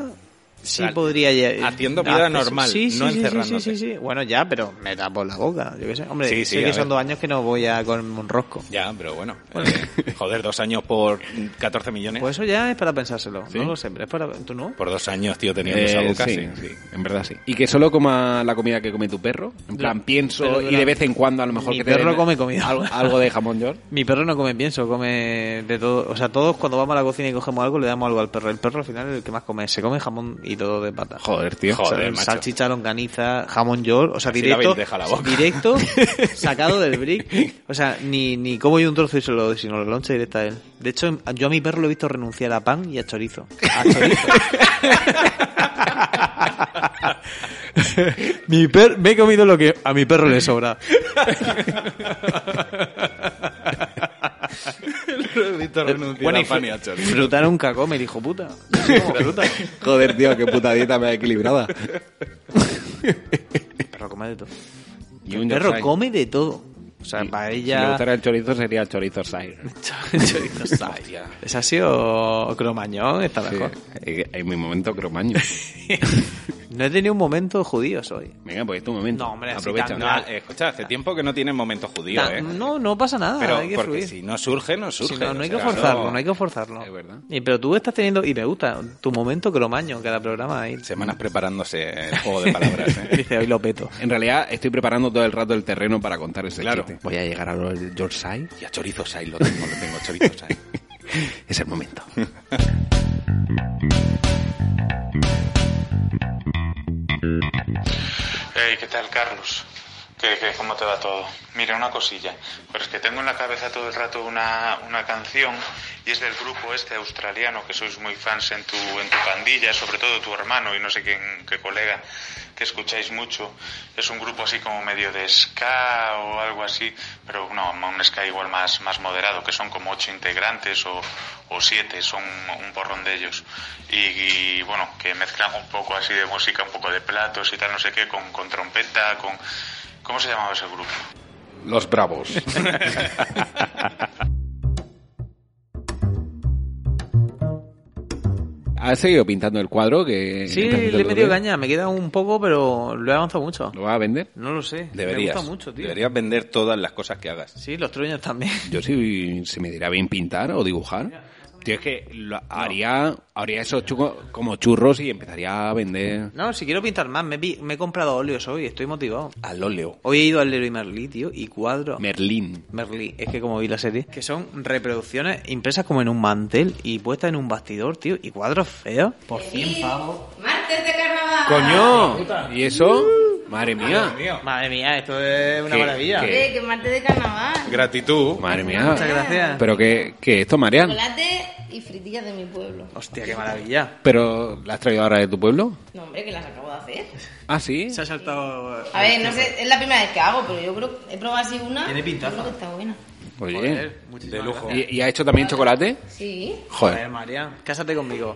[SPEAKER 2] Sí,
[SPEAKER 3] Claro.
[SPEAKER 2] podría ya-
[SPEAKER 3] Haciendo vida
[SPEAKER 2] haces-
[SPEAKER 3] normal, no encerrándote.
[SPEAKER 2] Sí, sí, sí. Bueno, ya, pero me tapo la boca. Yo qué sé. Hombre,
[SPEAKER 3] Sí, sí,
[SPEAKER 2] sé
[SPEAKER 3] a
[SPEAKER 2] que
[SPEAKER 3] ver.
[SPEAKER 2] son dos años que no voy a con un rosco.
[SPEAKER 3] ya, pero bueno. eh, joder, dos años por 14 millones.
[SPEAKER 2] Pues eso ya es para pensárselo.
[SPEAKER 1] ¿Sí?
[SPEAKER 2] No lo sé, pero es para. ¿Tú no?
[SPEAKER 3] por dos años, tío, teniendo esa
[SPEAKER 1] Eh,
[SPEAKER 3] boca.
[SPEAKER 1] sí,
[SPEAKER 3] sí.
[SPEAKER 1] sí, en verdad sí. Y que solo coma la comida que come tu perro. En plan, pienso
[SPEAKER 2] pero
[SPEAKER 1] y
[SPEAKER 2] dura-
[SPEAKER 1] de vez en cuando a lo mejor
[SPEAKER 2] Mi
[SPEAKER 1] que
[SPEAKER 2] perro
[SPEAKER 1] te den
[SPEAKER 2] come comida.
[SPEAKER 1] Algo, algo de jamón york.
[SPEAKER 2] Mi perro no come pienso, come de todo. O sea, todos cuando vamos a la cocina y cogemos algo, le damos algo al perro. El perro al final es el que más come. Se come jamón y todo de pata.
[SPEAKER 1] Joder, tío.
[SPEAKER 2] O sea,
[SPEAKER 3] Joder, macho.
[SPEAKER 2] salchicha, longaniza, jamón york, o sea,
[SPEAKER 3] Así la
[SPEAKER 2] directo,
[SPEAKER 3] vendeja a la boca.
[SPEAKER 2] directo, sacado del brick. O sea, ni, ni como yo un trozo y se lo doy, sino lo loncha directa a él. De hecho, yo a mi perro lo he visto renunciar a pan y a chorizo. A chorizo. mi per me he comido lo que a mi perro le sobra.
[SPEAKER 3] Eh,
[SPEAKER 2] Eh,
[SPEAKER 3] Bueno, y
[SPEAKER 2] fru-
[SPEAKER 3] fue-
[SPEAKER 2] fruta nunca come, el hijo puta. Yo como fruta.
[SPEAKER 1] Joder, tío, qué puta dieta me ha equilibrada.
[SPEAKER 2] El perro come de todo.
[SPEAKER 1] Y
[SPEAKER 2] El
[SPEAKER 1] un
[SPEAKER 2] perro
[SPEAKER 1] yorkshire.
[SPEAKER 2] come de todo. O sea,
[SPEAKER 1] Y
[SPEAKER 2] para
[SPEAKER 1] Si le
[SPEAKER 2] ella...
[SPEAKER 1] gustara el chorizo, sería el chorizo Sire.
[SPEAKER 2] Chorizo Sire. Ese ha sido cromañón esta mejor.
[SPEAKER 1] eh, En mi momento cromaño.
[SPEAKER 2] No he tenido un momento judío hoy.
[SPEAKER 1] Venga, pues es tu momento.
[SPEAKER 2] No, hombre, así
[SPEAKER 1] aprovecha.
[SPEAKER 2] tan-
[SPEAKER 3] No,
[SPEAKER 2] Nah.
[SPEAKER 3] eh, escucha, hace tiempo que no tienes momentos judíos,
[SPEAKER 2] Ta-
[SPEAKER 3] ¿eh?
[SPEAKER 2] No, no pasa nada,
[SPEAKER 3] pero
[SPEAKER 2] hay que
[SPEAKER 3] porque
[SPEAKER 2] fluir.
[SPEAKER 3] si no surge, no surge.
[SPEAKER 2] Si no, no hay
[SPEAKER 3] o
[SPEAKER 2] que
[SPEAKER 3] sea,
[SPEAKER 2] forzarlo,
[SPEAKER 3] no-
[SPEAKER 2] no hay que forzarlo.
[SPEAKER 1] Es verdad.
[SPEAKER 2] Y, pero tú estás teniendo, y me gusta, tu momento cromaño cada programa ahí.
[SPEAKER 3] Semanas preparándose el juego de palabras, ¿eh?
[SPEAKER 2] Dice, hoy lo peto.
[SPEAKER 1] En realidad, estoy preparando todo el rato el terreno para contar ese
[SPEAKER 3] Claro.
[SPEAKER 1] chiste. Voy a llegar a los Yorkshire.
[SPEAKER 3] Y a chorizo sai lo tengo, lo tengo, chorizo sai.
[SPEAKER 1] Es el momento.
[SPEAKER 7] Hey, ¿qué tal, Carlos? ¿Qué, qué, cómo te va todo? Mira, una cosilla. Pero es que tengo en la cabeza todo el rato una, una canción y es del grupo este australiano que sois muy fans en tu, en tu pandilla, sobre todo tu hermano y no sé quién, qué colega que escucháis mucho. Es un grupo así como medio de ska o algo así, pero no, un ska igual más, más moderado, que son como ocho integrantes o, o siete, son un porrón de ellos. Y, y, bueno, que mezclan un poco así de música, un poco de platos y tal, no sé qué, con, con trompeta, con... ¿Cómo se llamaba ese grupo?
[SPEAKER 6] Los bravos.
[SPEAKER 1] ¿Has seguido pintando el cuadro? que
[SPEAKER 2] Sí,
[SPEAKER 1] que te has pintado
[SPEAKER 2] le he metido
[SPEAKER 1] tú?
[SPEAKER 2] caña, me queda un poco, pero lo he avanzado mucho.
[SPEAKER 1] ¿Lo vas a vender?
[SPEAKER 2] No lo sé,
[SPEAKER 3] Deberías.
[SPEAKER 2] me gusta mucho, tío.
[SPEAKER 3] Deberías vender todas las cosas que hagas.
[SPEAKER 2] Sí, los truños también.
[SPEAKER 1] Yo sí se me dirá bien pintar o dibujar. Tío, es que lo- haría, haría esos chuco- como churros y empezaría a vender
[SPEAKER 2] No, si quiero pintar más, me, he pi- me he comprado óleos hoy, estoy motivado.
[SPEAKER 1] al óleo.
[SPEAKER 2] Hoy he ido al Leroy Merlí, tío, y cuadro.
[SPEAKER 1] Merlín.
[SPEAKER 2] Merlí, es que como vi la serie, que son reproducciones impresas como en un mantel y puestas en un bastidor, tío, y cuadros feos por 100 pavos.
[SPEAKER 8] Martes de carnaval.
[SPEAKER 1] ¡Coño! ¿Y eso? Madre mía.
[SPEAKER 2] Madre mía, esto es una
[SPEAKER 1] ¿Qué-
[SPEAKER 2] maravilla.
[SPEAKER 1] qué?
[SPEAKER 8] Eh, que martes de carnaval.
[SPEAKER 3] Gratitud.
[SPEAKER 1] Madre mía.
[SPEAKER 2] Muchas gracias.
[SPEAKER 1] Pero que, que esto, Marian.
[SPEAKER 8] Chocolate y fritillas de mi pueblo.
[SPEAKER 2] Hostia, qué maravilla.
[SPEAKER 1] ¿Pero la has traído ahora de tu pueblo?
[SPEAKER 8] No, hombre, que las acabo de hacer.
[SPEAKER 1] Ah, sí.
[SPEAKER 2] Se ha saltado.
[SPEAKER 8] A ver, no sé, es la primera vez que hago, pero yo creo he probado así una.
[SPEAKER 2] Tiene pintaza.
[SPEAKER 8] Yo creo que está buena.
[SPEAKER 1] Oye.
[SPEAKER 3] De lujo.
[SPEAKER 1] ¿Y, y ha hecho también chocolate?
[SPEAKER 8] Sí.
[SPEAKER 1] Joder.
[SPEAKER 2] Joder, María, cásate conmigo.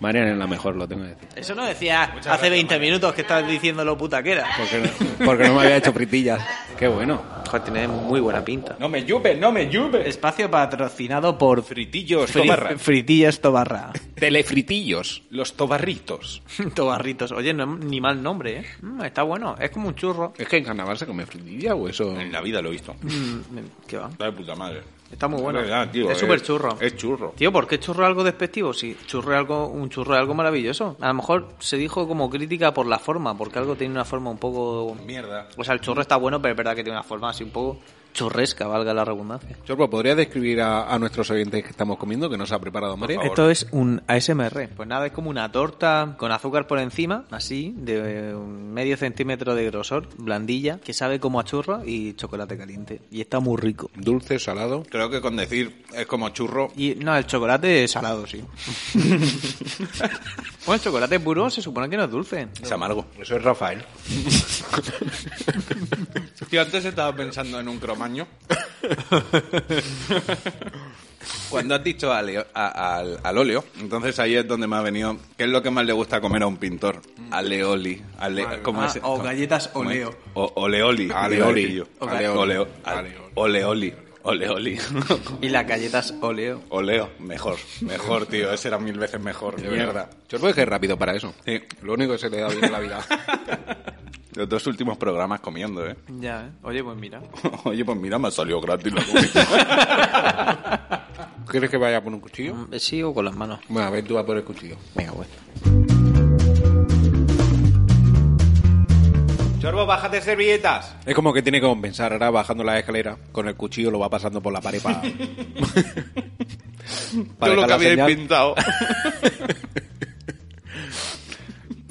[SPEAKER 1] Marian es la mejor, lo tengo que decir.
[SPEAKER 2] Eso no decía hace 20 minutos que estás diciendo lo puta que era.
[SPEAKER 1] Porque no, porque no me había hecho fritillas. Qué bueno.
[SPEAKER 5] Joder, tiene muy buena pinta.
[SPEAKER 3] No me llupe, no me llupe.
[SPEAKER 2] Espacio patrocinado por
[SPEAKER 3] Fritillos,
[SPEAKER 2] Fri-
[SPEAKER 3] tobarra.
[SPEAKER 2] Fritillas Tobarra.
[SPEAKER 1] Telefritillos.
[SPEAKER 3] Los tobarritos.
[SPEAKER 2] Tobarritos. Oye, no, ni mal nombre, ¿eh? Mm, está bueno. Es como un churro.
[SPEAKER 1] ¿Es que en carnaval se come fritillas o eso?
[SPEAKER 3] En la vida lo he visto.
[SPEAKER 2] Mm, ¿Qué va?
[SPEAKER 3] Está de puta madre.
[SPEAKER 2] Está muy bueno.
[SPEAKER 3] Es verdad, tío, eh,
[SPEAKER 2] es súper churro.
[SPEAKER 3] Es churro.
[SPEAKER 2] Tío, ¿por qué churro es algo despectivo? Si churro es algo, un churro es algo maravilloso. A lo mejor se dijo como crítica por la forma, porque algo tiene una forma un poco...
[SPEAKER 3] Mierda.
[SPEAKER 2] O sea, el churro está bueno, pero es verdad que tiene una forma así un poco churresca, valga la redundancia.
[SPEAKER 1] Chorbo, ¿podrías describir a, a nuestros oyentes que estamos comiendo, que nos ha preparado María?
[SPEAKER 3] favor.
[SPEAKER 2] Esto es un ASMR. Pues nada, es como una torta con azúcar por encima, así, de eh, un medio centímetro de grosor, blandilla, que sabe como a churro y chocolate caliente. Y está muy rico.
[SPEAKER 1] Dulce, salado.
[SPEAKER 3] Creo que con decir es como churro.
[SPEAKER 2] Y no, el chocolate es salado, sí. bueno, el chocolate puro se supone que no es dulce.
[SPEAKER 3] Es amargo. Eso es Rafael. Tío, antes estaba pensando en un cromaño. Cuando has dicho al, a- al- al óleo, entonces ahí es donde me ha venido. ¿Qué es lo que más le gusta comer a un pintor? Aleoli. Ale, ¿cómo
[SPEAKER 2] Ah,
[SPEAKER 3] es?
[SPEAKER 2] o galletas
[SPEAKER 3] ¿cómo es?
[SPEAKER 2] oleo.
[SPEAKER 3] O, oleoli.
[SPEAKER 1] Aleoli.
[SPEAKER 3] Digo yo.
[SPEAKER 1] Aleoli.
[SPEAKER 3] Oleo- Oleoli. Oleoli.
[SPEAKER 2] Y las galletas oleo.
[SPEAKER 3] Oleo. Mejor. Mejor, tío. Ese era mil veces mejor. Mierda.
[SPEAKER 1] Chorbo es que es rápido para eso.
[SPEAKER 3] Sí.
[SPEAKER 1] Lo único que se le da bien en la vida.
[SPEAKER 3] Los dos últimos programas comiendo, ¿eh?
[SPEAKER 2] Ya, ¿eh? Oye, pues mira.
[SPEAKER 3] Oye, pues mira, me ha salido gratis la comida.
[SPEAKER 1] ¿Quieres que vaya por un cuchillo?
[SPEAKER 2] Mm, Sí, o con las manos.
[SPEAKER 1] Bueno, a ver, tú vas por el cuchillo.
[SPEAKER 2] Venga, pues.
[SPEAKER 3] Chorbo, bájate servilletas.
[SPEAKER 1] Es como que tiene que compensar. Ahora bajando la escalera, con el cuchillo lo va pasando por la pared para...
[SPEAKER 3] Todo lo que habíais pintado.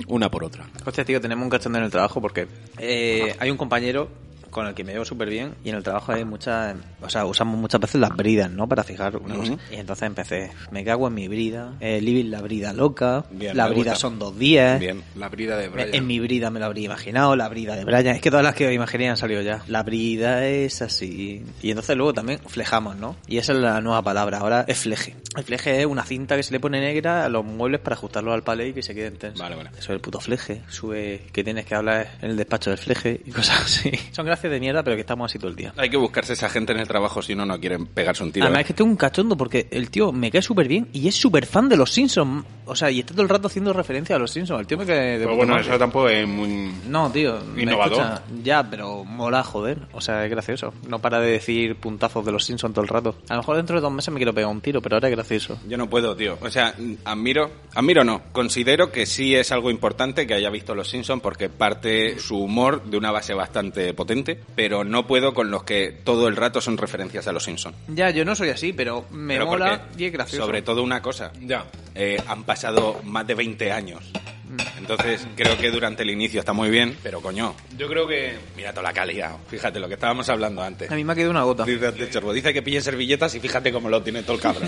[SPEAKER 1] Una por otra.
[SPEAKER 2] Hostia, tío, tenemos un cachondeo en el trabajo porque eh, hay un compañero con el que me llevo súper bien y en el trabajo hay muchas... O sea, usamos muchas veces las bridas, ¿no? Para fijar una cosa. Y entonces empecé, me cago en mi brida, eh, living la brida loca,
[SPEAKER 3] Bien,
[SPEAKER 2] la
[SPEAKER 3] me
[SPEAKER 2] brida
[SPEAKER 3] gusta.
[SPEAKER 2] son dos días,
[SPEAKER 3] Bien.
[SPEAKER 1] La brida de
[SPEAKER 2] Me-
[SPEAKER 1] Brian.
[SPEAKER 2] ¿Eh? En mi brida me lo habría imaginado, la brida de Brian. Es que todas las que imaginé han salido ya. La brida es así. Y entonces luego también flejamos, ¿no? Y esa es la nueva palabra, ahora es fleje. El fleje es una cinta que se le pone negra a los muebles para ajustarlos al palé y que se queden tensos.
[SPEAKER 3] Vale, vale.
[SPEAKER 2] Eso es el puto fleje. Sube que tienes que hablar en el despacho del fleje y cosas así. Son gracias de mierda, pero que estamos así todo el día.
[SPEAKER 3] Hay que buscarse esa gente en el trabajo si no, no quieren pegarse un tiro.
[SPEAKER 2] Además
[SPEAKER 3] ¿eh?
[SPEAKER 2] es que tengo un cachondo porque el tío me cae súper bien y es súper fan de los Simpsons. O sea, y está todo el rato haciendo referencia a los Simpsons. El tío me cae de
[SPEAKER 9] Pero
[SPEAKER 2] puta
[SPEAKER 9] Pues bueno,
[SPEAKER 2] madre.
[SPEAKER 9] eso tampoco es muy...
[SPEAKER 2] No, tío. me
[SPEAKER 9] Innovador.
[SPEAKER 2] escucha. Ya, pero mola, joder. O sea, es gracioso. No para de decir puntazos de los Simpsons todo el rato. A lo mejor dentro de dos meses me quiero pegar un tiro, pero ahora es gracioso.
[SPEAKER 3] Yo no puedo, tío. O sea, admiro, admiro no. Considero que sí es algo importante que haya visto Los Simpsons porque parte su humor de una base bastante potente, pero no puedo con los que todo el rato son referencias a Los Simpsons.
[SPEAKER 2] Ya, yo no soy así, pero me
[SPEAKER 3] Pero
[SPEAKER 2] mola
[SPEAKER 3] porque,
[SPEAKER 2] y es gracioso.
[SPEAKER 3] Sobre todo una cosa.
[SPEAKER 1] Ya.
[SPEAKER 3] Eh, han pasado más de 20 años.
[SPEAKER 2] Mm.
[SPEAKER 3] Entonces, creo que durante el inicio está muy bien, pero coño,
[SPEAKER 9] Yo creo que...
[SPEAKER 3] mira toda la calidad. Fíjate lo que estábamos hablando antes.
[SPEAKER 2] A mí me ha quedado una gota.
[SPEAKER 3] Dice, de Chorbo, dice que pille servilletas y fíjate cómo lo tiene todo el cabrón.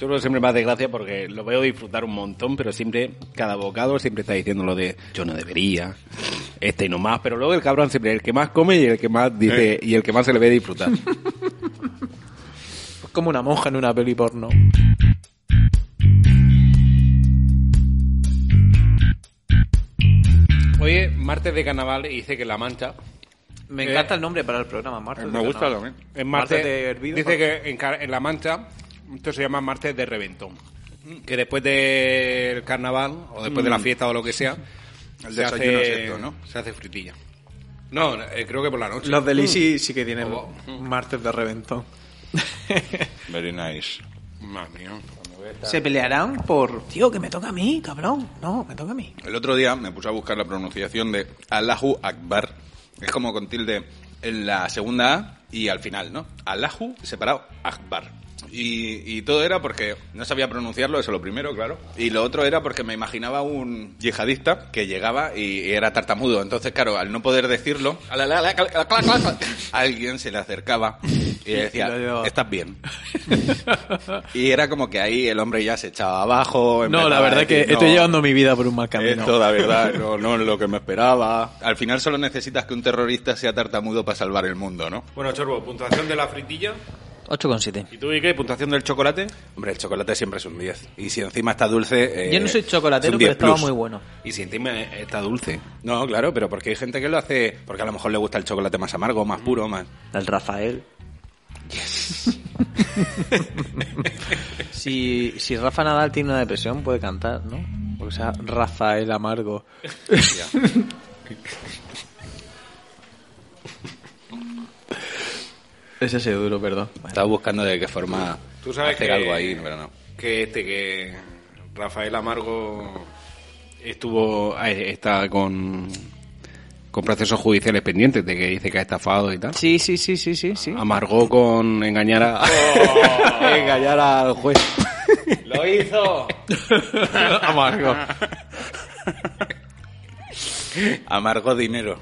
[SPEAKER 1] Yo creo que siempre me hace gracia porque lo veo disfrutar un montón, pero siempre, cada bocado siempre está diciendo lo de yo no debería, este no más, pero luego el cabrón siempre el que más come y el que más dice y el que más se le ve disfrutar.
[SPEAKER 2] Es como una monja en una peli porno.
[SPEAKER 1] Oye, martes de carnaval y dice que La Mancha.
[SPEAKER 2] Me
[SPEAKER 1] Eh,
[SPEAKER 2] encanta el nombre para el programa, Marta.
[SPEAKER 9] también.
[SPEAKER 1] En
[SPEAKER 2] Martes
[SPEAKER 1] martes,
[SPEAKER 2] de hervido,
[SPEAKER 1] dice que en, Car- en La Mancha esto se llama martes de reventón. Que después del carnaval o después de la fiesta o lo que sea,
[SPEAKER 3] El
[SPEAKER 1] se
[SPEAKER 3] desayuno
[SPEAKER 1] hace-
[SPEAKER 3] es esto, ¿no?
[SPEAKER 1] Se hace fritilla. No, eh, creo que por la noche.
[SPEAKER 2] Los de Lisi sí que tienen martes de reventón.
[SPEAKER 3] Very nice.
[SPEAKER 1] Madre mía.
[SPEAKER 2] Se pelearán por... Tío, que me toca a mí, cabrón. No, me toca a mí.
[SPEAKER 3] El otro día me puse a buscar la pronunciación de Allahu Akbar. Es como con tilde en la segunda A y al final, ¿no? Allahu separado, Akbar. Y, y todo era porque no sabía pronunciarlo, eso lo primero, claro. Y lo otro era porque me imaginaba un yihadista que llegaba y, y era tartamudo. Entonces, claro, al no poder decirlo, a la- la- la- la- la- la- la- alguien se le acercaba y le
[SPEAKER 5] lo
[SPEAKER 3] decía,
[SPEAKER 5] llevaba.
[SPEAKER 3] estás bien. Y era como que ahí el hombre ya se echaba abajo.
[SPEAKER 5] No, la
[SPEAKER 3] empezaba Pues a
[SPEAKER 5] verdad que
[SPEAKER 3] decir,
[SPEAKER 5] estoy
[SPEAKER 3] "No,
[SPEAKER 5] llevando mi vida por un mal camino.
[SPEAKER 3] esto, la verdad, no, no es lo que me esperaba. Al final solo necesitas que un terrorista sea tartamudo para salvar el mundo, ¿no?
[SPEAKER 9] Bueno, Chorbo, puntuación de la fritilla.
[SPEAKER 2] 8,7.
[SPEAKER 9] ¿Y tú, qué ¿Puntuación del chocolate?
[SPEAKER 3] Hombre, el chocolate siempre es un 10. Y si encima está dulce... eh,
[SPEAKER 2] Yo no soy
[SPEAKER 3] es
[SPEAKER 2] chocolatero,
[SPEAKER 3] un
[SPEAKER 2] pero
[SPEAKER 3] 10
[SPEAKER 2] estaba
[SPEAKER 3] plus.
[SPEAKER 2] muy bueno.
[SPEAKER 1] Y si encima está dulce.
[SPEAKER 3] No, claro, pero porque hay gente que lo hace... Porque a lo mejor le gusta el chocolate más amargo, más puro, más...
[SPEAKER 2] El Rafael. si, si Rafa Nadal tiene una depresión, puede cantar, ¿no? Porque sea Rafael Amargo. Ese ha sido duro, perdón.
[SPEAKER 3] Estaba buscando de qué forma
[SPEAKER 9] Tú sabes
[SPEAKER 3] hacer
[SPEAKER 9] que-
[SPEAKER 3] algo ahí, pero no.
[SPEAKER 9] Que este, que Rafael Amargo estuvo eh, está con, con procesos judiciales pendientes de que dice que ha estafado y tal.
[SPEAKER 2] Sí, sí, sí, sí, sí, sí.
[SPEAKER 9] Amargó con engañar a engañar al juez.
[SPEAKER 3] ¡Lo hizo!
[SPEAKER 5] Amargo.
[SPEAKER 3] Amargo dinero.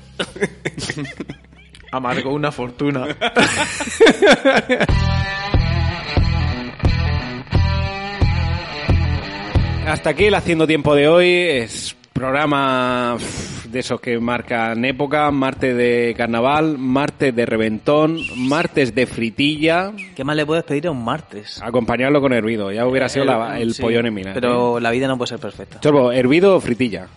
[SPEAKER 5] Amargo una fortuna.
[SPEAKER 1] Hasta aquí el Haciendo Tiempo de hoy. Es programa uf, de esos que marcan época. Martes de carnaval, martes de reventón, martes de fritilla.
[SPEAKER 2] ¿Qué más le puedes pedir a un martes?
[SPEAKER 1] Acompañarlo con hervido. Ya hubiera sido la- el
[SPEAKER 2] Eh,
[SPEAKER 1] ¿eh?
[SPEAKER 2] Sí,
[SPEAKER 1] pollón en mina.
[SPEAKER 2] Pero la vida no puede ser perfecta.
[SPEAKER 1] Chorbo, hervido o fritilla.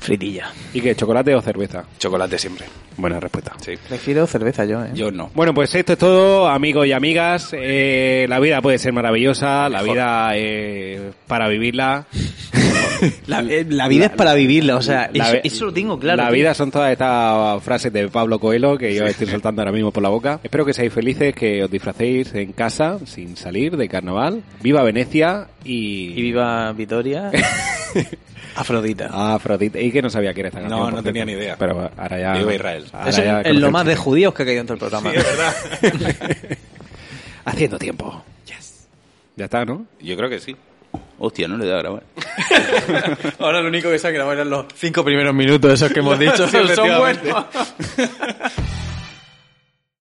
[SPEAKER 2] Fritilla.
[SPEAKER 1] ¿Y qué? ¿Chocolate o cerveza?
[SPEAKER 3] Chocolate siempre.
[SPEAKER 1] Buena respuesta.
[SPEAKER 3] Sí.
[SPEAKER 2] Prefiero cerveza yo, ¿eh?
[SPEAKER 3] Yo no.
[SPEAKER 1] Bueno, pues esto es todo, amigos y amigas. Eh, la vida puede ser maravillosa, la vida eh, para vivirla.
[SPEAKER 2] La, eh, la vida es para vivirla, o sea, eso, eso lo tengo claro.
[SPEAKER 1] La
[SPEAKER 2] tío.
[SPEAKER 1] vida son todas estas frases de Pablo Coelho que yo estoy soltando ahora mismo por la boca. Espero que seáis felices, que os disfracéis en casa, sin salir de carnaval. Viva Venecia
[SPEAKER 2] Y
[SPEAKER 1] y...
[SPEAKER 2] viva Vitoria. Afrodita.
[SPEAKER 1] Ah, Afrodita. Y que no sabía que era esta canción.
[SPEAKER 3] No,
[SPEAKER 1] por
[SPEAKER 3] no
[SPEAKER 1] cierto.
[SPEAKER 3] tenía ni idea.
[SPEAKER 1] Pero ahora ya...
[SPEAKER 3] Viva Israel.
[SPEAKER 1] ahora ya
[SPEAKER 2] Eso es lo
[SPEAKER 1] conocemos.
[SPEAKER 2] más de judíos que ha caído en todo el programa.
[SPEAKER 1] Haciendo tiempo. Ya está, ¿no?
[SPEAKER 3] Yo creo que sí. Hostia, no le da a grabar.
[SPEAKER 5] Ahora lo único que se ha grabado eran los cinco primeros minutos, esos que hemos dicho. Son buenos.